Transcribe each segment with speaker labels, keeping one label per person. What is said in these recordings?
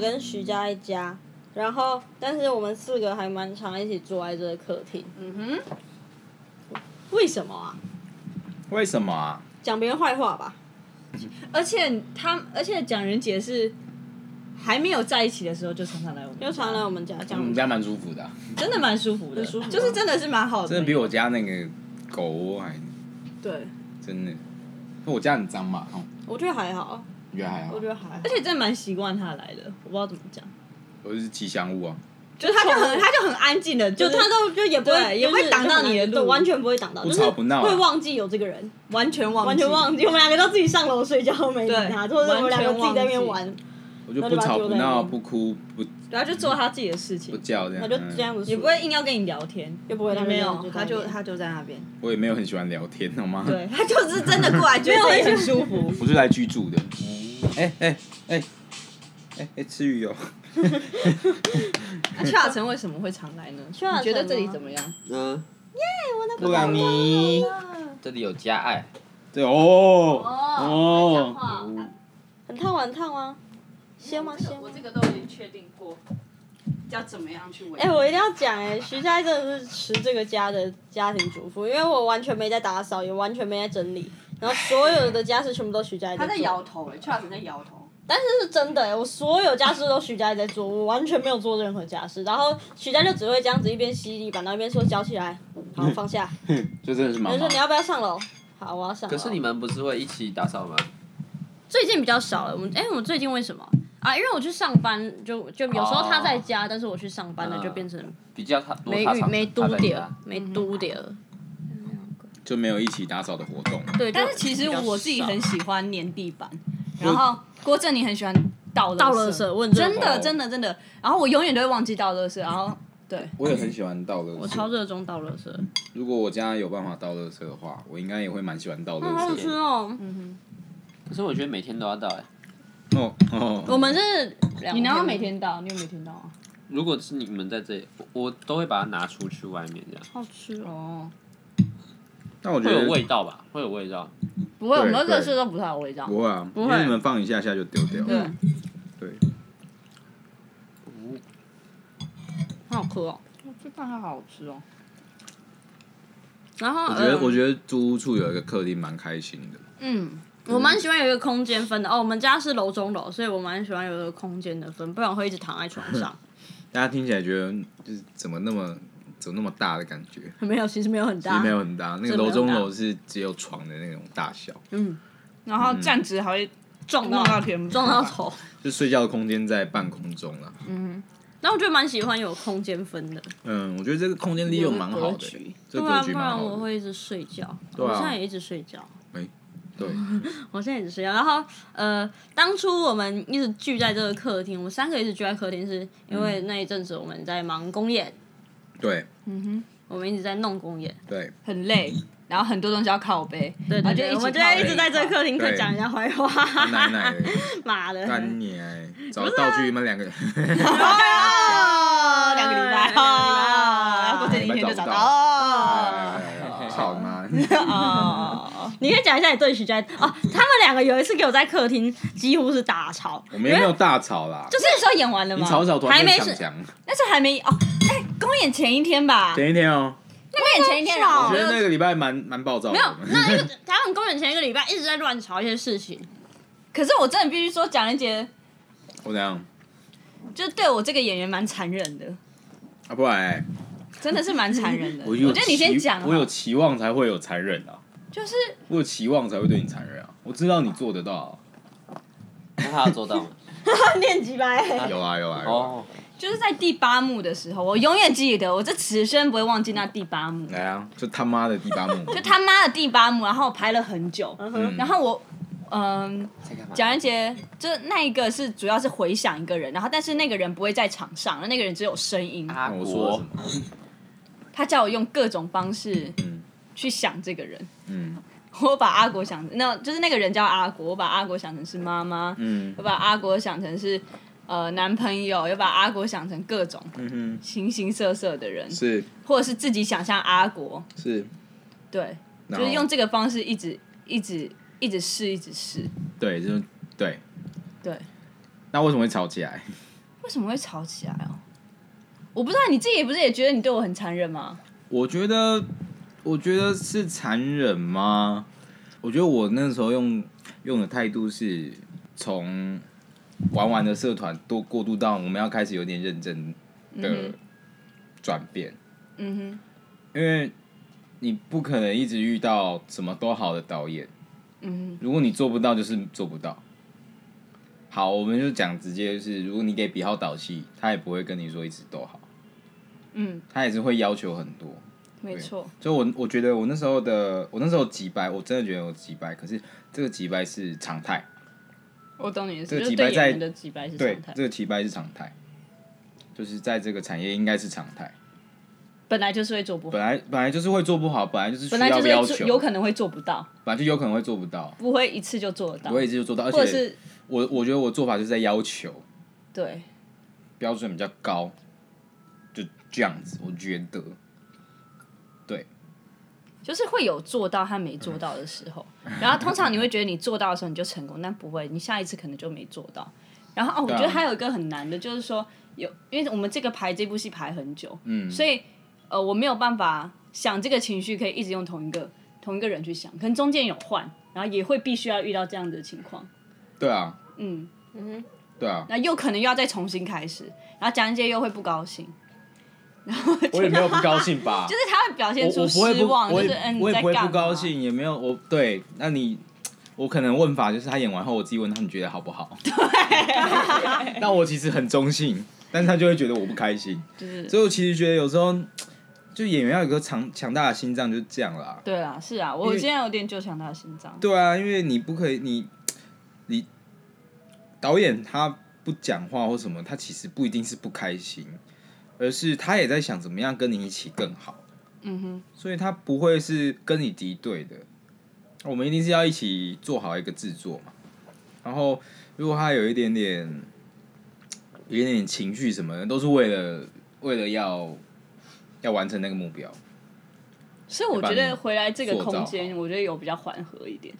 Speaker 1: 待在家，然后但是我们四个还蛮常一起坐在这个客厅。
Speaker 2: 嗯哼，
Speaker 1: 为什么啊？
Speaker 3: 为什么啊？
Speaker 1: 讲别人坏话吧。
Speaker 2: 而且他，而且蒋仁杰是还没有在一起的时候就常常来我们家，
Speaker 1: 又常来我们家讲
Speaker 3: 我，们家蛮舒服的啊、
Speaker 2: 真的蛮舒服的，
Speaker 1: 很舒服啊
Speaker 2: 就是真的是蛮好的，
Speaker 3: 真的比我家那个狗窝还
Speaker 1: 对，
Speaker 3: 真的。我家很脏嘛，哦，啊
Speaker 1: 我觉得还好，啊
Speaker 3: 你觉得还好
Speaker 1: 我？觉得还好
Speaker 2: 而。且真的蛮习惯他来的，我不知道怎么讲，
Speaker 3: 我是吉祥物啊，
Speaker 2: 就是他就很他就很安静的，就
Speaker 1: 就是他都就也不
Speaker 2: 对
Speaker 1: 会
Speaker 2: 也不会
Speaker 1: 就是
Speaker 2: 挡到你的
Speaker 1: 对
Speaker 2: 路嗯
Speaker 1: 完全不会挡到，
Speaker 3: 不
Speaker 1: 就
Speaker 3: 吵
Speaker 1: 是
Speaker 3: 不闹啊
Speaker 1: 会忘记有这个人，
Speaker 2: 完全忘
Speaker 1: 完全忘记，我们两个都自己上楼睡觉，没理他，
Speaker 2: 对
Speaker 1: 或者我们两个自己在那边
Speaker 2: 完
Speaker 1: 玩，
Speaker 3: 我就
Speaker 1: 那
Speaker 3: 不
Speaker 1: 就把它
Speaker 3: 吵
Speaker 1: 丢
Speaker 3: 不
Speaker 1: 在那
Speaker 3: 闹
Speaker 1: 边
Speaker 3: 不哭不
Speaker 2: 对他就做他自己的事情
Speaker 3: 不，叫这样。
Speaker 1: 那就
Speaker 3: 嗯
Speaker 1: 这样子，
Speaker 2: 也不会硬要跟你聊天，
Speaker 1: 也不会
Speaker 2: 没
Speaker 1: 他
Speaker 2: 有
Speaker 1: 们，
Speaker 2: 他就
Speaker 1: 在那边
Speaker 2: 他就在那边，
Speaker 3: 我也没有很喜欢聊天，好吗？
Speaker 2: 对他就是真的过来，觉得自己很舒服，
Speaker 3: 我是来居住的。哎哎哎哎哎，吃鱼哦！
Speaker 2: 那邱亚成为什么会常来呢？
Speaker 1: 邱亚
Speaker 2: 你觉得
Speaker 1: 成
Speaker 2: 这里
Speaker 1: 吗
Speaker 2: 怎么样？
Speaker 4: 嗯，
Speaker 3: 布朗尼，
Speaker 4: 这里有加爱，
Speaker 3: 对哦
Speaker 1: 很
Speaker 3: 哦，
Speaker 1: 烫吗？很烫吗？鲜吗？鲜吗？
Speaker 2: 个都已经确定过，要怎么样去维
Speaker 1: 哎、 我一定要讲哎、徐佳真的是吃这个家的家庭主妇，因为我完全没在打扫，也完全没在整理，然后所有的家事全部都徐佳 怡在做。
Speaker 2: 头哎，邱亚成在摇头。
Speaker 1: 但是是真的、欸，我所有家事都徐佳怡在做，我完全没有做任何家事。然后徐佳就只会这样子一边吸地板，然后一边说搅起来，好放下。
Speaker 3: 就真的是妈
Speaker 1: 我
Speaker 3: 妈
Speaker 1: 说。你要不要上楼？好，我要上楼。
Speaker 4: 可是你们不是会一起打扫吗？
Speaker 1: 最近比较少了，我们哎、我们最近为什么啊？因为我去上班，就就有时候他在家，但是我去上班了，就变成
Speaker 4: 比较他
Speaker 1: 没
Speaker 4: 没
Speaker 1: 遇没嘟点儿，没嘟点儿。
Speaker 3: 就没有一起打扫的活动。
Speaker 1: 对，
Speaker 2: 但是
Speaker 1: 就
Speaker 2: 其实
Speaker 1: 比较
Speaker 2: 我自己
Speaker 1: 少
Speaker 2: 很喜欢粘地板，然
Speaker 1: 哦
Speaker 2: 后郭正你很喜欢倒
Speaker 1: 倒
Speaker 2: 垃
Speaker 1: 垃
Speaker 2: 圾，
Speaker 1: 圾，问
Speaker 2: 真的
Speaker 3: 哦
Speaker 2: 真的真的。然后我永远都会忘记倒垃圾，然后对
Speaker 3: 我也很喜欢倒垃
Speaker 1: 我超
Speaker 3: 圾。
Speaker 1: 热衷倒垃圾，
Speaker 3: 如果我家有办法倒垃圾的话，我应该也会蛮喜欢倒
Speaker 1: 好
Speaker 3: 垃
Speaker 1: 想吃
Speaker 3: 圾。
Speaker 1: 哦。
Speaker 2: 嗯
Speaker 4: 可是我觉得每天都要到哎。
Speaker 3: 哦哦，
Speaker 1: 我们是
Speaker 2: 你能要每天倒，你有每天倒啊？
Speaker 4: 如果是你们在这里，我我都会把它拿出去外面这样，
Speaker 1: 好吃哦。
Speaker 2: 哦，
Speaker 3: 那我觉
Speaker 4: 会有
Speaker 3: 得
Speaker 4: 味道吧？会有味道。
Speaker 2: 不会，我
Speaker 3: 对
Speaker 2: 们
Speaker 3: 对
Speaker 2: 垃圾都不太有味道。
Speaker 3: 不会啊，因
Speaker 1: 会
Speaker 3: 为你们放一下下就丢掉。
Speaker 2: 对，
Speaker 3: 对，
Speaker 1: 好好喝哦。
Speaker 2: 这饭还好好吃哦。
Speaker 1: 然后
Speaker 3: 我觉得
Speaker 1: 嗯
Speaker 3: 我觉得租屋处有一个客厅蛮开心的。
Speaker 1: 嗯，我蛮喜欢有一个空间分的哦。我们家是楼中楼，所以我蛮喜欢有一个空间的分，不然我会一直躺在床上。
Speaker 3: 大家听起来觉得就是怎么那么怎么那么大的感觉？
Speaker 1: 没有，其实没有很
Speaker 3: 嗯其
Speaker 1: 大，
Speaker 3: 实没有很大，那
Speaker 1: 真
Speaker 3: 个
Speaker 1: 的没有
Speaker 3: 楼中
Speaker 1: 很大
Speaker 3: 楼是只有床的那种大小，
Speaker 1: 嗯，
Speaker 2: 然后站直还会
Speaker 1: 撞到
Speaker 2: 弄嗯到 天，
Speaker 1: 撞到。头。
Speaker 3: 就睡觉的空间在半空中啦。
Speaker 1: 然后我就蛮喜欢有空间分的，
Speaker 3: 嗯，我觉得这个空间利用蛮好
Speaker 2: 有个格
Speaker 3: 的
Speaker 2: 局，
Speaker 3: 这
Speaker 1: 不
Speaker 3: 格
Speaker 1: 然
Speaker 3: 局
Speaker 1: 嗯啊不
Speaker 3: 蛮
Speaker 1: 然
Speaker 3: 好
Speaker 1: 我
Speaker 3: 的。
Speaker 1: 会一直睡觉。
Speaker 3: 对啊
Speaker 1: 我现在也一直睡觉。
Speaker 3: 对，
Speaker 1: 我现在也是这样。然后呃，当初我们一直聚在这个客厅，我们三个一直聚在客厅，是因为
Speaker 3: 嗯
Speaker 1: 那一阵子我们在忙公演，
Speaker 3: 对，
Speaker 1: 我们一直在弄公演。
Speaker 3: 对，
Speaker 2: 嗯很累，然后很多东西要靠背，
Speaker 1: 对
Speaker 2: 然
Speaker 3: 啊
Speaker 1: 对对，
Speaker 2: 后就一
Speaker 1: 我们
Speaker 2: 起
Speaker 1: 就
Speaker 2: 靠
Speaker 1: 在
Speaker 2: 背
Speaker 1: 一直在这个客厅
Speaker 3: 对
Speaker 1: 可以讲人家坏话，
Speaker 3: 奶奶的
Speaker 1: 妈的。
Speaker 3: 干你哎，
Speaker 1: 啊
Speaker 3: 找道具你们两个，
Speaker 2: 哦，两个礼拜，
Speaker 1: 两个礼拜
Speaker 2: 哦然后这一天就找到哦
Speaker 3: 操妈！
Speaker 2: 哦，
Speaker 1: 你可以讲一下你对徐佳哦，他们两个有一次给我在客厅几乎是大吵，
Speaker 3: 我们也没有大吵啦，
Speaker 2: 就是那时候演完了
Speaker 3: 你
Speaker 2: 吗？
Speaker 3: 吵一吵突然
Speaker 1: 还没
Speaker 3: 间抢
Speaker 1: 是
Speaker 3: 墙。
Speaker 2: 那时候还没哦，哎，公演前一天吧，
Speaker 3: 前一天哦，
Speaker 2: 公演前一天，然后
Speaker 3: 我
Speaker 2: 我
Speaker 3: 觉得
Speaker 2: 就
Speaker 3: 那个礼拜蛮蛮暴躁
Speaker 1: 没
Speaker 3: 的。
Speaker 1: 有，那一个他们公演前一个礼拜一直在乱吵一些事情，
Speaker 2: 可是我真的必须说，蒋仁杰
Speaker 3: 我怎样？
Speaker 2: 就是对我这个演员蛮残忍的，
Speaker 3: 啊，不然欸
Speaker 2: 真的是蛮残忍的。我
Speaker 3: 有
Speaker 2: 觉得你先
Speaker 3: 期
Speaker 2: 讲啊好，
Speaker 3: 我有期望才会有残忍啊，
Speaker 2: 就是
Speaker 3: 我有期望才会对你残忍啊。我知道你做得到啊
Speaker 4: 那他要做到吗？
Speaker 1: 念几百
Speaker 3: 啊，有啊有啊有啊，
Speaker 4: 哦，
Speaker 2: 就是在第八幕的时候，我永远记得，我这此生不会忘记那第八幕，
Speaker 3: 来啊，就他妈的第八幕，
Speaker 2: 就他妈的第八幕，然后我排了很久，
Speaker 3: 嗯，
Speaker 2: 然后我，嗯，
Speaker 4: 在干嘛
Speaker 2: 蒋仁杰就是那一个是主要是回想一个人，然后但是那个人不会在场上，那个人只有声音，
Speaker 4: 阿
Speaker 3: 我说了什
Speaker 4: 国
Speaker 3: 么，？
Speaker 2: 他叫我用各种方式
Speaker 3: 嗯
Speaker 2: 去想这个人，
Speaker 3: 嗯
Speaker 2: 我把阿国想，那就是那个人叫阿国，我把阿国想成是妈妈，
Speaker 3: 嗯
Speaker 2: 我把阿国想成是呃男朋友，又把阿国想成各种
Speaker 3: 嗯哼，
Speaker 2: 形形色色的人，
Speaker 3: 是
Speaker 2: 或者是自己想象阿国，
Speaker 3: 是，
Speaker 2: 对，
Speaker 3: 就
Speaker 2: 就是用这个方式一直一直一直试，一直试，
Speaker 3: 对，就是对。
Speaker 2: 对，
Speaker 3: 那为什么会吵起来？
Speaker 2: 为什么会吵起来哦？我不知道你自己不是也觉得你对我很残忍吗？
Speaker 3: 我觉得，我觉得是残忍吗？我觉得我那时候用用的态度是从玩玩的社团多过渡到我们要开始有点认真的转变，
Speaker 2: 嗯
Speaker 3: 因为你不可能一直遇到什么都好的导演，
Speaker 2: 哼，嗯
Speaker 3: 如果你做不到，就是做不到。好，我们就讲直接，就是如果你给比浩导戏，他也不会跟你说一直都
Speaker 2: 哼，
Speaker 3: 好，
Speaker 2: 嗯，
Speaker 3: 他也是会要求很多。
Speaker 2: 没错，
Speaker 3: 所以我，我觉得我那时候的，我那时候几白，我真的觉得我几白，可是这个几白是常态，
Speaker 2: 我懂你的意
Speaker 3: 这
Speaker 2: 思，
Speaker 3: 个
Speaker 2: 就是
Speaker 3: 几
Speaker 2: 对
Speaker 3: 百
Speaker 2: 演
Speaker 3: 在
Speaker 2: 员的几百是
Speaker 3: 对
Speaker 2: 常，态
Speaker 3: 这，个几白是常态，就是在这个产业应该是常态。
Speaker 2: 本来就是会做不好
Speaker 3: 本，来本来就是会做不好，本来就是需
Speaker 2: 本来
Speaker 3: 要
Speaker 2: 就是
Speaker 3: 要
Speaker 2: 会
Speaker 3: 求，
Speaker 2: 做有可能会做不到，
Speaker 3: 本来就有可能会做不到，
Speaker 2: 不会一次就做得到，
Speaker 3: 我也是就做到，而
Speaker 2: 或者
Speaker 3: 且
Speaker 2: 是
Speaker 3: 我我觉得我做法就是在要求
Speaker 2: 对，
Speaker 3: 标准比较高，就这样子，我觉得。
Speaker 2: 就是会有做到和没做到的时候。然后通常你会觉得你做到的时候你就成功，但不会，你下一次可能就没做到。然后哦，我
Speaker 3: 对啊
Speaker 2: 觉得还有一个很难的，就是说有，因为我们这个排这部戏排很久，嗯，所以呃，我没有办法想这个情绪可以一直用同一个同一个人去想，可能中间有换，然后也会必须要遇到这样的情况，
Speaker 3: 对啊，
Speaker 2: 嗯，
Speaker 3: 对啊，
Speaker 2: 那又可能又要再重新开始，然后蒋介又会不高兴，
Speaker 3: 我也没有不高兴 吧，
Speaker 2: 就是他会表现
Speaker 3: 我
Speaker 2: 出
Speaker 3: 我不会
Speaker 2: 失
Speaker 3: 不，
Speaker 2: 望，
Speaker 3: 我
Speaker 2: 就
Speaker 3: 也
Speaker 2: 是嗯你
Speaker 3: 我也
Speaker 2: 在
Speaker 3: 不会
Speaker 2: 干嘛？
Speaker 3: 不高兴，也没有我对，那你我可能问法就是他演完后，我自己问他你觉得好不好？对， 那我其实很中性，但是他就会觉得我不开心，
Speaker 2: 就是
Speaker 3: 所以我其实觉得有时候就演员要有个强强大的心脏，就是这样啦。
Speaker 2: 对啦，是啊，
Speaker 3: 因
Speaker 2: 我
Speaker 3: 为
Speaker 2: 现在有点就想他的心脏。
Speaker 3: 对啊，因为你不可以，你你导演他不讲话或什么，他其实不一定是不开心，而是他也在想怎么样跟你一起更好。
Speaker 2: 嗯哼，
Speaker 3: 所以他不会是跟你敌对的。我们一定是要一起做好一个制作嘛。然后，如果他有一点点，有一点点情绪什么的，都是为了为了要要完成那个目标。
Speaker 2: 所以我觉得回来这个空
Speaker 3: 塑造
Speaker 2: 间，
Speaker 3: 好
Speaker 2: 我觉得有比较缓和一点，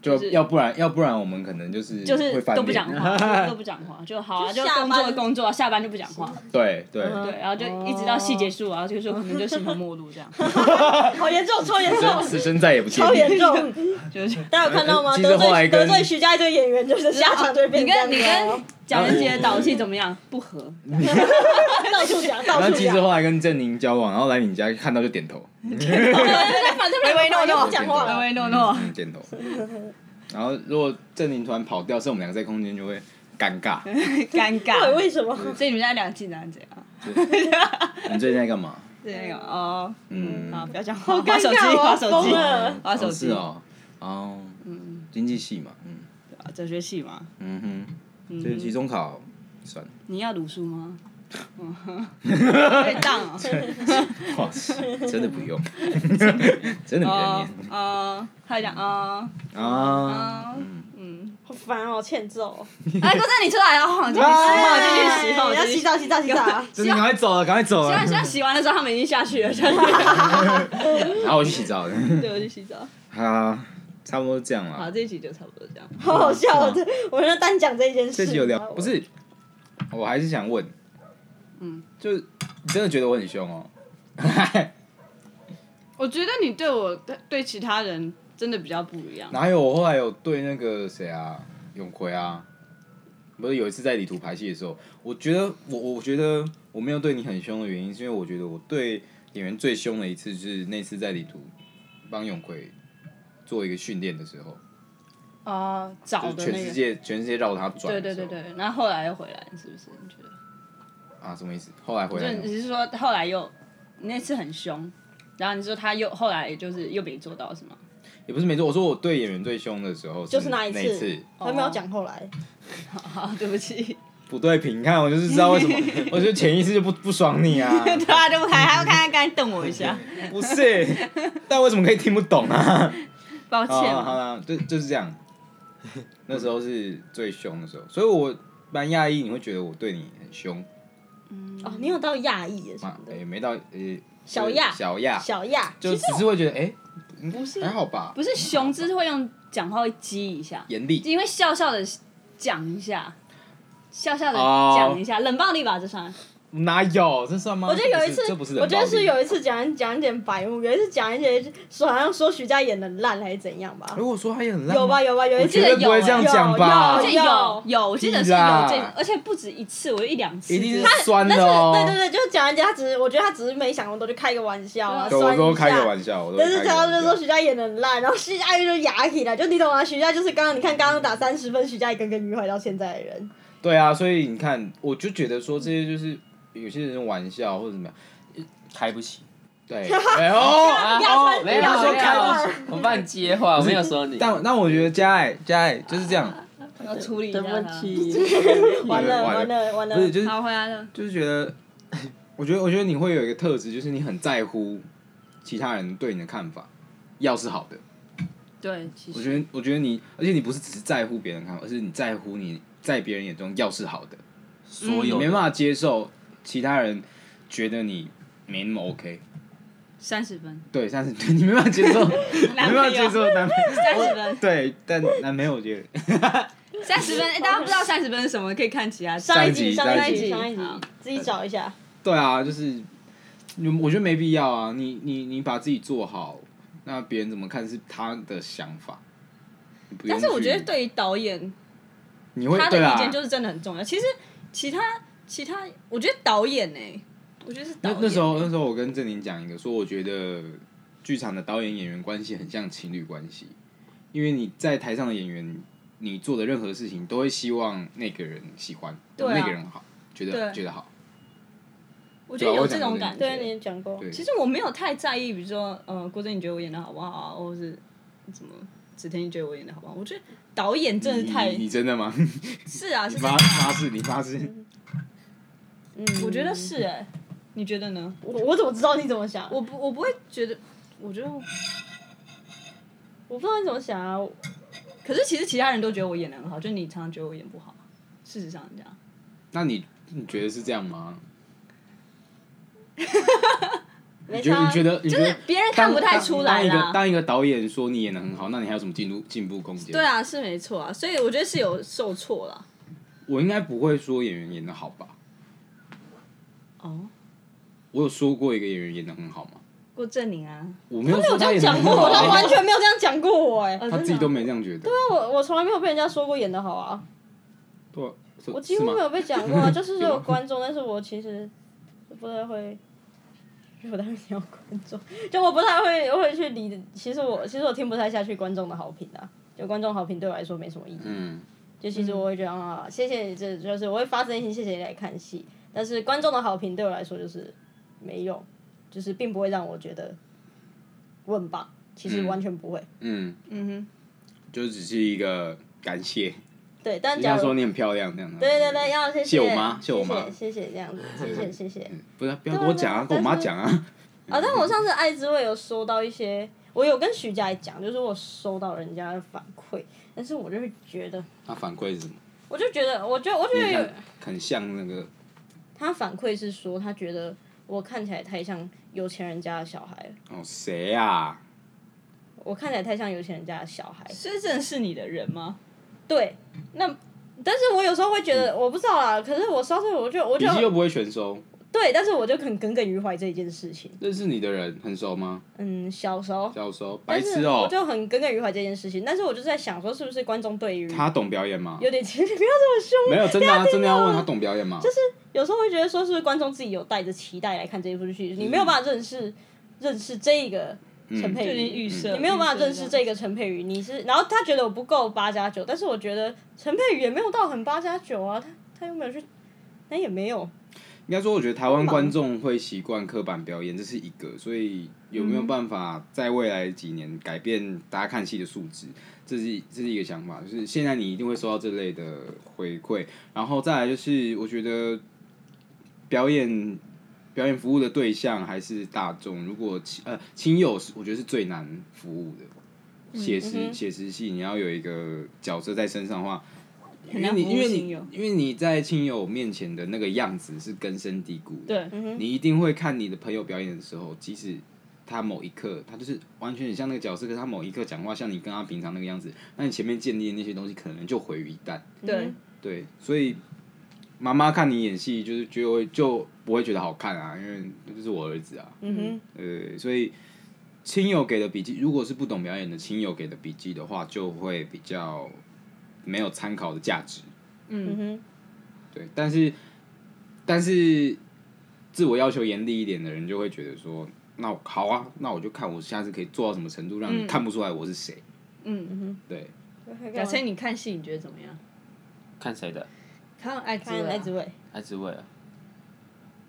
Speaker 3: 就
Speaker 2: 就是
Speaker 3: 要不然，要不然我们可能就是
Speaker 2: 就是
Speaker 3: 会翻
Speaker 2: 都不
Speaker 3: 脸
Speaker 2: 讲话，都不讲话，就好啊，
Speaker 1: 就
Speaker 2: 就
Speaker 1: 下
Speaker 2: 工
Speaker 1: 班
Speaker 2: 作工作，下班就不讲话，
Speaker 3: 对对，
Speaker 1: 嗯
Speaker 2: 对，然后就一直到戏结束啊，这个时候可能就形同陌路 这样，
Speaker 1: 好严重，超严
Speaker 3: 此 生
Speaker 1: 重，
Speaker 3: 此生再也不见
Speaker 1: 超
Speaker 3: 面。
Speaker 1: 严重！
Speaker 2: 就是
Speaker 1: 大家有看到吗？
Speaker 3: 其实
Speaker 1: 得
Speaker 3: 后来
Speaker 1: 罪
Speaker 3: 跟
Speaker 1: 得罪徐佳一堆演员，就是下场就会变
Speaker 2: 你跟
Speaker 1: 成
Speaker 2: 你
Speaker 1: 这样哦
Speaker 2: 跟蒋仁杰的导戏怎 么样？不合，
Speaker 1: 到处讲，到
Speaker 3: 然
Speaker 1: 处
Speaker 3: 后其实
Speaker 1: 讲，
Speaker 3: 后来跟郑宁交往，然后来你家看到就
Speaker 2: 哦
Speaker 3: 点头，
Speaker 2: 反正唯唯诺诺
Speaker 1: 不讲话
Speaker 2: 唯唯 诺诺，
Speaker 3: 嗯点头。然后如果郑宁突然跑掉，剩我们两个在空间就会尴尬。
Speaker 2: 尴
Speaker 3: 哎
Speaker 1: 对，
Speaker 2: 尬。
Speaker 1: 哎为什么？
Speaker 2: 所以你们家两个竟然怎样？啊
Speaker 3: 你最近在干嘛？
Speaker 2: 这个哦，
Speaker 3: 嗯
Speaker 2: 嗯，啊，不要讲话，
Speaker 1: 尴
Speaker 2: 划手机，
Speaker 1: 尬哦
Speaker 2: 划手
Speaker 1: 疯
Speaker 2: 机
Speaker 1: 了，
Speaker 2: 划
Speaker 3: 哦
Speaker 2: 手
Speaker 3: 是
Speaker 2: 机，啊
Speaker 3: 哦，哦，嗯，经济系嘛，嗯
Speaker 2: 哲学系嘛，
Speaker 3: 嗯哼，所以期中考算了，
Speaker 2: 你要读书 吗？嗯，被当哦。
Speaker 3: 哇塞，真的不用，真的不
Speaker 2: 哦
Speaker 3: 用
Speaker 2: 哦，他就讲哦，
Speaker 3: 念
Speaker 2: 哦
Speaker 3: 啊，嗯，
Speaker 2: 嗯，
Speaker 1: 好烦哦，欠揍！
Speaker 2: 哎，郭正你出来了，好，继续洗，
Speaker 3: 哎
Speaker 2: 好，继续洗，好，
Speaker 1: 你哎
Speaker 2: 继
Speaker 1: 要
Speaker 2: 续
Speaker 1: 洗
Speaker 2: 洗。
Speaker 1: 澡，洗澡，洗澡啊！
Speaker 3: 真的赶快走了，赶快走
Speaker 2: 希
Speaker 3: 了，
Speaker 2: 望希望洗完的时候他们已经下去了，下去了。
Speaker 3: 然后我去洗澡了，
Speaker 2: 对，我去洗澡。
Speaker 3: 好啊，差不多这样
Speaker 2: 好，
Speaker 3: 了。
Speaker 2: 这一集就差不多这样。
Speaker 1: 好好笑哦！
Speaker 3: 是
Speaker 1: 这我们要单讲这件事。啊
Speaker 3: 这集有聊，不是，我还是想问，
Speaker 2: 嗯，
Speaker 3: 就你真的觉得我很凶哦？
Speaker 2: 我觉得你对我对其他人真的比较不一样。
Speaker 3: 哪有？我后来有对那个谁啊，永奎啊，不是有一次在旅途排戏的时候，我觉得我我觉得我没有对你很凶的原因，是因为我觉得我对演员最凶的一次就是那次在旅途帮永奎做一个训练的时候，
Speaker 2: 哦，找
Speaker 3: 就
Speaker 2: 的
Speaker 3: 是
Speaker 2: 那
Speaker 3: 全世
Speaker 2: 个。
Speaker 3: 界、全世界绕他转
Speaker 2: 对
Speaker 3: 的
Speaker 2: 对
Speaker 3: 时
Speaker 2: 对
Speaker 3: 候。
Speaker 2: 对，然后后来又回来，是不是？你觉得？
Speaker 3: 啊，什么意思？后来回来
Speaker 2: 就
Speaker 3: 呢
Speaker 2: 你是说后来又那次很凶，然后你说他又后来就是又没做到是吗？
Speaker 3: 也不是没错，我说我对演员最凶的时候
Speaker 1: 就是那
Speaker 3: 那
Speaker 1: 一次
Speaker 3: 次
Speaker 2: 哦
Speaker 1: 还没有讲后来，
Speaker 2: 好，哦对不起，
Speaker 3: 不对平，你看我就是知道为 什么，我就潜意识就不不爽你啊，
Speaker 2: 对 啊，对不起，还要看他刚才瞪我一下，
Speaker 3: 不是？但为什么可以听不懂 啊？
Speaker 2: 抱
Speaker 3: 好
Speaker 2: 歉
Speaker 3: 啦好
Speaker 2: 嘛。
Speaker 3: 啦，就就是这样。那时候是最凶的时候，所以我蛮讶异，你会觉得我对你很凶
Speaker 1: 哦，你有到亚裔什
Speaker 3: 嘛
Speaker 1: 么？
Speaker 3: 也、
Speaker 1: 的，
Speaker 3: 没到呃
Speaker 1: 小亚
Speaker 3: 啊小亚，
Speaker 1: 小亚，
Speaker 3: 就只是会觉得哎、应该还好吧，
Speaker 2: 不是熊，只是会用讲话会激一下，
Speaker 3: 严厉
Speaker 2: 因为笑笑的讲一下，笑笑的
Speaker 3: 哦
Speaker 2: 讲一下冷暴力吧，这算
Speaker 3: 哪有这算吗？
Speaker 1: 我觉得有一次
Speaker 3: 这不是这不是，冷
Speaker 1: 我觉得
Speaker 3: 暴力
Speaker 1: 是有一次讲讲一点白目，有一次讲一些说好像说徐佳演的烂还是怎样吧，
Speaker 3: 如果说他也很烂，
Speaker 1: 有吧？有吧？有一
Speaker 3: 哦我
Speaker 1: 次
Speaker 3: 绝
Speaker 2: 得
Speaker 3: 对
Speaker 2: 有
Speaker 3: 不会这样讲吧
Speaker 2: 而
Speaker 1: 有？
Speaker 2: 且
Speaker 1: 有
Speaker 2: 有有，我记得是有
Speaker 3: 哦屁
Speaker 2: 这
Speaker 3: 啦，
Speaker 2: 而且不止一次，我就一两次。
Speaker 3: 一定是酸的哦。
Speaker 1: 对对对，就是讲人家只是我觉得他只是没想过多，就开个玩笑啊，
Speaker 3: 对，我
Speaker 1: 酸
Speaker 3: 都
Speaker 1: 一
Speaker 3: 开个
Speaker 1: 下。
Speaker 3: 玩笑，我都
Speaker 1: 但是
Speaker 3: 开个
Speaker 1: 他
Speaker 3: 玩
Speaker 1: 就
Speaker 3: 笑
Speaker 1: 说徐佳演的很烂，然后徐佳就哑起来，就你懂吗？徐佳就是刚刚你看刚刚打三十分，徐佳也耿耿于怀到现在的人。
Speaker 3: 对啊，所以你看，我就觉得说这些就是有些人玩笑或者怎么样，
Speaker 4: 开不起。
Speaker 3: 对，哎呦，
Speaker 4: 啊
Speaker 1: 要
Speaker 4: 哦
Speaker 1: 穿
Speaker 4: 没有
Speaker 1: 要
Speaker 3: 穿
Speaker 4: 没有
Speaker 1: 袜，
Speaker 4: 我帮你接话，我没有说你。
Speaker 3: 但但我觉得佳爱佳爱就是这样，
Speaker 2: 要处理一下
Speaker 1: 对
Speaker 2: 它
Speaker 1: 不。起，
Speaker 4: 嗯
Speaker 1: 完了完了完了
Speaker 3: 不，是就是
Speaker 2: 好，回来了。
Speaker 3: 就是觉得， 我觉得我觉得你会有一个特质，就是你很在乎其他人对你的看法，要是好的，
Speaker 2: 对，其
Speaker 3: 我
Speaker 2: 实
Speaker 3: 觉得我觉得你，而且你不是只是在乎别人的看法，而是你在乎你在别人眼中要是好的，
Speaker 4: 所
Speaker 3: 你
Speaker 4: 有
Speaker 3: 没
Speaker 4: 的
Speaker 3: 办法接受其他人觉得你没那么 OK，
Speaker 2: 三十分，
Speaker 3: 对，但是你没办法接受，你
Speaker 2: 男朋
Speaker 3: 没办法接
Speaker 2: 友
Speaker 3: 受男朋友。
Speaker 2: 三十分，
Speaker 3: 对，但男朋友我觉得
Speaker 2: 三十 分。哎，大家不知道三十分是什么，可以看其他。
Speaker 1: 上一
Speaker 3: 上一
Speaker 1: 集
Speaker 3: 集
Speaker 1: 上一集
Speaker 2: 上
Speaker 1: 上
Speaker 2: 一
Speaker 1: 一
Speaker 2: 集
Speaker 1: 集
Speaker 2: 好，
Speaker 1: 自己找一下。
Speaker 3: 对啊，就是我觉得没必要啊。你你你把自己做好，那别人怎么看是他的想法。你不用
Speaker 2: 但是我觉得
Speaker 3: 去
Speaker 2: 对于导演，
Speaker 3: 你会
Speaker 2: 他
Speaker 3: 对
Speaker 2: 的
Speaker 3: 啊
Speaker 2: 意见就是真的很重要。其实其他其他，我觉得导演哎，我觉得是导
Speaker 3: 那
Speaker 2: 演。
Speaker 3: 那时候那时候我跟郑宁讲一个，说我觉得剧场的导演演员关系很像情侣关系，因为你在台上的演员，你做的任何事情都会希望那个人喜欢，
Speaker 2: 对啊
Speaker 3: 那个人好，觉得
Speaker 2: 对
Speaker 3: 觉得好。
Speaker 2: 我觉得
Speaker 3: 对啊
Speaker 2: 有
Speaker 3: 我
Speaker 2: 这
Speaker 3: 讲
Speaker 2: 种
Speaker 3: 过这个
Speaker 2: 感
Speaker 1: 对，
Speaker 2: 觉。
Speaker 1: 你也讲过。
Speaker 3: 对
Speaker 2: 其实我没有太在意，比如说，呃，郭振你觉得我演的好不好啊，或者是怎么子天你觉得我演的好不好？我觉得导演真的
Speaker 3: 你
Speaker 2: 是太
Speaker 3: 你你真的吗？
Speaker 2: 是啊，
Speaker 3: 你
Speaker 2: 是
Speaker 3: 发发誓，你发誓。
Speaker 1: 嗯，
Speaker 2: 我觉得是哎、你觉得呢？
Speaker 1: 我我怎么知道你怎么想？
Speaker 2: 我
Speaker 1: 我
Speaker 2: 不我不会觉得，我觉得，
Speaker 1: 我不知道你怎么想啊。我
Speaker 2: 可是其实其他人都觉得我演的很好，就你常常觉得我演不好，事实上是这样。
Speaker 3: 那你你觉得是这样吗？
Speaker 1: 没
Speaker 3: 你觉得
Speaker 1: 差啊
Speaker 3: 你觉得你觉得
Speaker 2: 别人
Speaker 3: 当
Speaker 2: 看不太出来
Speaker 3: 当当一
Speaker 2: 啦
Speaker 3: 个。当一个导演说你演的很好，那你还有什么进步进步空间？
Speaker 2: 对，啊，是没错啊，所以我觉得是有受挫啦。
Speaker 3: 我应该不会说演员演的好吧？
Speaker 2: 哦，
Speaker 3: 我有说过一个演员演的很好吗？
Speaker 2: 郭振宁啊，
Speaker 3: 我没有
Speaker 1: 这
Speaker 3: 说他
Speaker 1: 样
Speaker 3: 演的
Speaker 1: 讲
Speaker 3: 很
Speaker 1: 过，
Speaker 3: 好
Speaker 1: 我
Speaker 3: 啊，
Speaker 1: 他完全没有这样讲过我哎、
Speaker 2: 呃
Speaker 3: 他自己都。
Speaker 2: 真的啊
Speaker 3: 没这样觉得。
Speaker 1: 我我从来没有被人家说过演的好啊，
Speaker 3: 对啊，是
Speaker 1: 我几
Speaker 3: 是
Speaker 1: 乎
Speaker 3: 吗
Speaker 1: 没有被讲过啊，就是
Speaker 3: 有
Speaker 1: 有
Speaker 3: 吗
Speaker 1: 观众，但是我其实不太会，不太会聊观众，就我不太会会去理。其实我其实我听不太下去观众的好评啊，就观众好评对我来说没什么意义。
Speaker 3: 嗯，
Speaker 1: 就其实我会觉得啊，谢谢你，这就是我会发自内心谢谢你来看戏，但是观众的好评对我来说就是没用，就是并不会让我觉得我很棒，其实
Speaker 3: 嗯
Speaker 1: 完全不会。
Speaker 3: 嗯，
Speaker 2: 嗯
Speaker 3: 就只是一个感谢，
Speaker 1: 对，但
Speaker 3: 就
Speaker 1: 假
Speaker 3: 像
Speaker 1: 如
Speaker 3: 说你很漂亮这样。
Speaker 1: 对对对，要谢
Speaker 3: 谢我妈谢我妈嗯
Speaker 1: 谢谢谢谢这样子，谢谢谢谢。
Speaker 3: 不是不要跟我讲啊，跟我妈讲啊。
Speaker 1: 啊，但我上次爱之味有收到一些，我有跟徐佳怡讲，就是我收到人家的反馈，但是我就会觉得，
Speaker 3: 他反馈是什么？
Speaker 1: 我就觉得，我觉得，我觉得有
Speaker 3: 很很像那个
Speaker 1: 他反馈是说，他觉得我看起来太像有钱人家的小孩了，
Speaker 3: 哦谁啊？
Speaker 1: 我看起来太像有钱人家的小孩。
Speaker 2: 哼，真正是你的人吗？
Speaker 1: 对，那但是我有时候会觉得，我不知道啦，可是我收到，我就我
Speaker 3: 笔
Speaker 1: 就
Speaker 3: 记又不会全收，
Speaker 1: 对，但是我就很耿耿于怀这一件事情。
Speaker 3: 认识你的人很熟吗？
Speaker 1: 嗯，小时候。
Speaker 3: 教授，白
Speaker 1: 但是
Speaker 3: 痴哦
Speaker 1: 我、就很耿耿于怀这件事情，但是我就在想说，是不是观众对于
Speaker 3: 他懂表演吗？
Speaker 1: 有点情绪，不要这么凶。
Speaker 3: 没有，真的、啊、真的要问他懂表演吗？就是
Speaker 1: 有时候会觉得说，是不是观众自己有带着期待来看这一部剧，你没有办法认识认识这一个陈
Speaker 2: 就
Speaker 1: 佩
Speaker 2: 你
Speaker 1: 瑜，
Speaker 2: 预设，
Speaker 1: 你没有办法认识这
Speaker 2: 个。
Speaker 1: 个陈佩瑜，你是，然后他觉得我不够八加九，但是我觉得陈佩瑜也没有到很八加九啊，他他又没有去，那也没有，啊
Speaker 3: 应该说，我觉得台湾观众会习惯刻板表演，这是一个，所以有没有办法在未来几年改变大家看戏的素质，这是这是一个想法，就是现在你一定会收到这类的回馈，然后再来就是我觉得表演表演服务的对象还是大众，如果亲呃亲友是我觉得是最难服务的，写
Speaker 1: 嗯
Speaker 3: 实
Speaker 1: 哼
Speaker 3: 写实戏你要有一个角色在身上的话，
Speaker 2: 很
Speaker 3: 因为
Speaker 2: 难
Speaker 3: 你
Speaker 2: 服务
Speaker 3: 因为
Speaker 2: 亲
Speaker 3: 你
Speaker 2: 友
Speaker 3: 因为你在亲友面前的那个样子是根深蒂固的，
Speaker 2: 对，
Speaker 3: 你一定会看你的朋友表演的时候，即使他某一刻他就是完全很像那个角色，可是他某一刻讲话像你跟他平常那个样子，那你前面建立的那些东西可能就毁于一旦。
Speaker 2: 对
Speaker 1: 嗯，
Speaker 3: 对，所以妈妈看你演戏，就是就会就不会觉得好看啊，因为那就是我儿子啊，
Speaker 1: 嗯哼，
Speaker 3: 呃，所以亲友给的笔记，如果是不懂表演的亲友给的笔记的话，就会比较没有参考的价值。
Speaker 1: 嗯哼，
Speaker 3: 对，但是但是自我要求严厉一点的人就会觉得说，那我好啊，那我就看我下次可以做到什么程度，让你看不出来我是谁。
Speaker 2: 嗯，
Speaker 3: 对，
Speaker 2: 假设啊你看戏，你觉得怎么样？
Speaker 4: 看谁的？
Speaker 2: 看爱之
Speaker 1: 看
Speaker 2: 爱
Speaker 1: 赖子啊伟，
Speaker 4: 爱之味啊。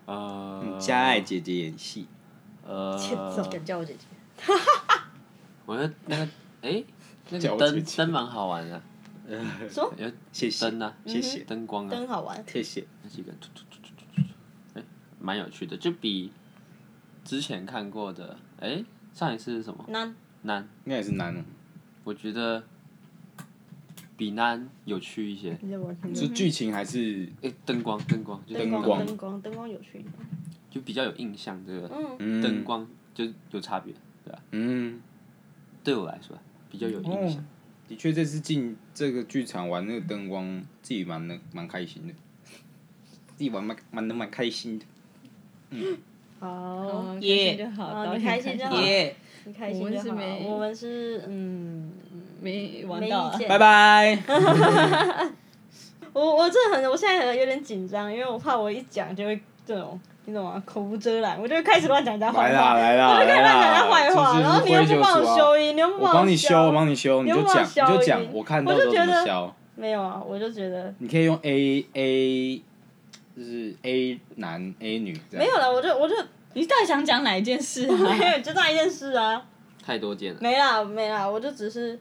Speaker 4: 呃，
Speaker 3: 加爱姐姐演戏，
Speaker 4: 呃，
Speaker 2: 敢叫我姐姐？
Speaker 4: 我觉得那个哎，那
Speaker 3: 叫
Speaker 4: 个
Speaker 3: 我姐
Speaker 4: 灯
Speaker 3: 姐
Speaker 4: 灯蛮好玩的，
Speaker 1: 什么
Speaker 4: 有
Speaker 3: 谢谢
Speaker 4: 灯啊，
Speaker 3: 谢
Speaker 2: 嗯
Speaker 3: 谢
Speaker 4: 灯光啊
Speaker 1: 灯，好玩？
Speaker 3: 谢谢。
Speaker 4: 那几个突突突突突突，哎，蛮有趣的，就比之前看过的，哎，上一次是什么？
Speaker 1: 那
Speaker 4: 难，
Speaker 3: 应该也是男的，
Speaker 4: 我觉得比难有趣一些。
Speaker 1: 你在玩什么？
Speaker 3: 是剧情还是
Speaker 4: 哎，灯光，灯光，就
Speaker 1: 灯
Speaker 4: 灯
Speaker 1: 光，
Speaker 3: 光
Speaker 1: 灯光，灯光有趣。
Speaker 4: 就比较有印象，这个
Speaker 1: 嗯，
Speaker 3: 嗯
Speaker 4: 灯光就有差别，对吧？
Speaker 3: 嗯，
Speaker 4: 对我来说比较有
Speaker 1: 嗯
Speaker 4: 印
Speaker 3: 哦
Speaker 4: 象。，
Speaker 3: 的确，这次进这个剧场玩那个灯光，自己玩的蛮开 心的，自己玩蛮玩的蛮开心的。
Speaker 1: 好，
Speaker 2: 哦，
Speaker 1: 耶
Speaker 2: 开心就好，
Speaker 1: 哦
Speaker 2: 导演
Speaker 1: 你开心就好
Speaker 2: 耶，
Speaker 1: 你开心就
Speaker 2: 我们是
Speaker 1: 好。
Speaker 2: 没
Speaker 1: 我们是嗯，
Speaker 2: 没玩
Speaker 1: 没
Speaker 2: 到
Speaker 1: 意
Speaker 2: 啊。
Speaker 1: 见。
Speaker 3: 拜。拜。
Speaker 1: 我我真的很，我现在很有点紧张，因为我怕我一讲就会这种，你懂吗？口无遮拦，我就会开始乱讲人家
Speaker 3: 来
Speaker 1: 坏
Speaker 3: 啦
Speaker 1: 话，
Speaker 3: 来啦
Speaker 1: 我就开
Speaker 3: 来
Speaker 1: 始乱讲人家
Speaker 3: 啦！
Speaker 1: 坏话，啊
Speaker 3: 这
Speaker 1: 然后你
Speaker 3: 就
Speaker 1: 又
Speaker 3: 是
Speaker 1: 不帮我修音，你又不
Speaker 3: 我帮
Speaker 1: 我
Speaker 3: 你修，我
Speaker 1: 修，
Speaker 3: 帮你修，你
Speaker 1: 你又
Speaker 3: 就
Speaker 1: 不帮我
Speaker 3: 讲，你就
Speaker 1: 消音
Speaker 3: 讲，我看到
Speaker 1: 我
Speaker 3: 时
Speaker 1: 就
Speaker 3: 候怎
Speaker 1: 觉
Speaker 3: 么
Speaker 1: 得
Speaker 3: 消。
Speaker 1: 没有啊，我就觉得
Speaker 3: 你可以用 A A，就是 A 男 A 女这样。
Speaker 1: 没有了，我就我就
Speaker 2: 你到底想讲哪一件事
Speaker 1: 没
Speaker 2: 啊？
Speaker 1: 有，就那一件事啊。
Speaker 4: 太多见了。
Speaker 1: 没啦，没啦，我就只是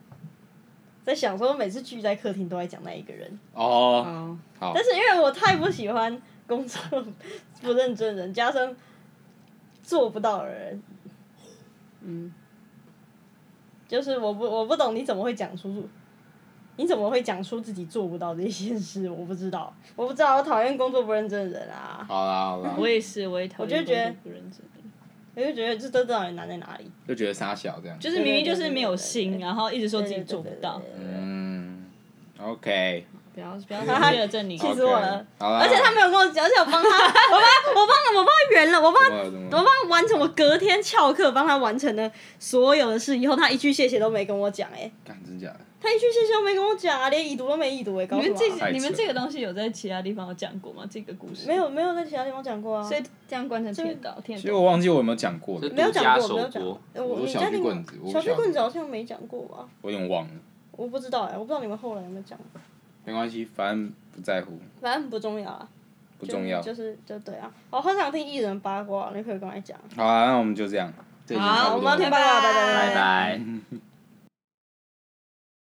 Speaker 1: 在想说，每次聚在客厅都在讲那一个人，
Speaker 3: 哦，
Speaker 2: 哦，
Speaker 3: 好
Speaker 1: 但，是 因为我太不喜欢工作不认真的人，加上做不到的人，
Speaker 2: 嗯，
Speaker 1: 就是我不我不懂你怎么会讲出，你怎么会讲出自己做不到这些事？我不知道，我不知道，我讨厌工作不认真的人啊，
Speaker 3: 好啦好啦，
Speaker 2: 我也是，我也讨厌。
Speaker 1: 我就觉得
Speaker 2: 不认真的人，
Speaker 1: 我就觉得这都到底难在哪里？
Speaker 3: 就觉得傻小这样。
Speaker 2: 就是明明就是没有
Speaker 1: 对对
Speaker 2: 心，
Speaker 1: 对
Speaker 2: 然后一直说自己做不到
Speaker 1: 对。对对对对对
Speaker 3: 嗯，OK，
Speaker 2: 不要不要忽略了这里。
Speaker 1: 气死我了
Speaker 3: OK，好啦，
Speaker 1: 而且他没有跟我讲，而且我帮他，我帮我帮我帮他圆了，我帮他
Speaker 3: 怎么了怎么
Speaker 1: 我
Speaker 3: 了
Speaker 1: 帮他完成，我隔天翘课帮他完成了所有的事，以后他一句谢谢都没跟我讲，哎，
Speaker 3: 干真假的？
Speaker 1: 他一句谢谢都没跟我讲啊，连已读都没已读，哎，搞
Speaker 2: 你
Speaker 1: 什
Speaker 2: 们
Speaker 1: 么
Speaker 2: 这
Speaker 1: 啊？
Speaker 2: 个你们这个东西有在其他地方有讲过吗？这个故事
Speaker 1: 没，有没有在其他地方讲过啊，
Speaker 2: 所以这样关成铁道铁
Speaker 3: 其实
Speaker 2: 道。
Speaker 3: 我忘记我有没有讲过了
Speaker 4: 这，
Speaker 1: 没有讲
Speaker 4: 独
Speaker 1: 过，
Speaker 4: 家
Speaker 1: 没有
Speaker 4: 手
Speaker 1: 讲
Speaker 4: 镯
Speaker 1: 过。哎
Speaker 3: 我
Speaker 1: 我你
Speaker 3: 小
Speaker 1: 家
Speaker 3: 屁
Speaker 1: 那
Speaker 3: 棍
Speaker 1: 个
Speaker 3: 子我
Speaker 1: 小
Speaker 3: 小
Speaker 1: 屁棍
Speaker 3: 屁
Speaker 1: 子好像没讲过吧？
Speaker 3: 我有点忘了，
Speaker 1: 我不知道哎，我不知道你们后来有没有讲，
Speaker 3: 没关系，反正不在乎，
Speaker 1: 反正不重要啊，
Speaker 3: 不重要。
Speaker 1: 就是就对啊。我很想听艺人八卦，你可以跟我讲。
Speaker 3: 好啊，那我们就这样，这已经差
Speaker 2: 好
Speaker 3: 不
Speaker 1: 我们
Speaker 3: 多了
Speaker 1: 要听八卦，拜
Speaker 2: 拜
Speaker 4: 拜拜。